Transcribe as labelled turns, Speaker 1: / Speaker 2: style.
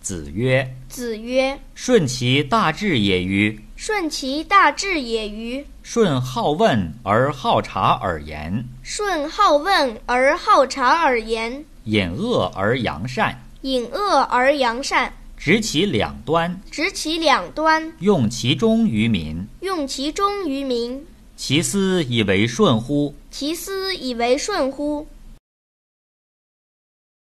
Speaker 1: 子曰
Speaker 2: 子曰：“
Speaker 1: 顺其大志也与？”
Speaker 2: 顺其大志也与？
Speaker 1: 顺好问而好察而言，
Speaker 2: 顺好问而好察而言，
Speaker 1: 隐恶而扬善，
Speaker 2: 隐恶而扬善，
Speaker 1: 执其两端，
Speaker 2: 执其两端，
Speaker 1: 用其中于民。
Speaker 2: 用其中于民。
Speaker 1: 其斯以为顺乎？
Speaker 2: 其斯以为顺乎？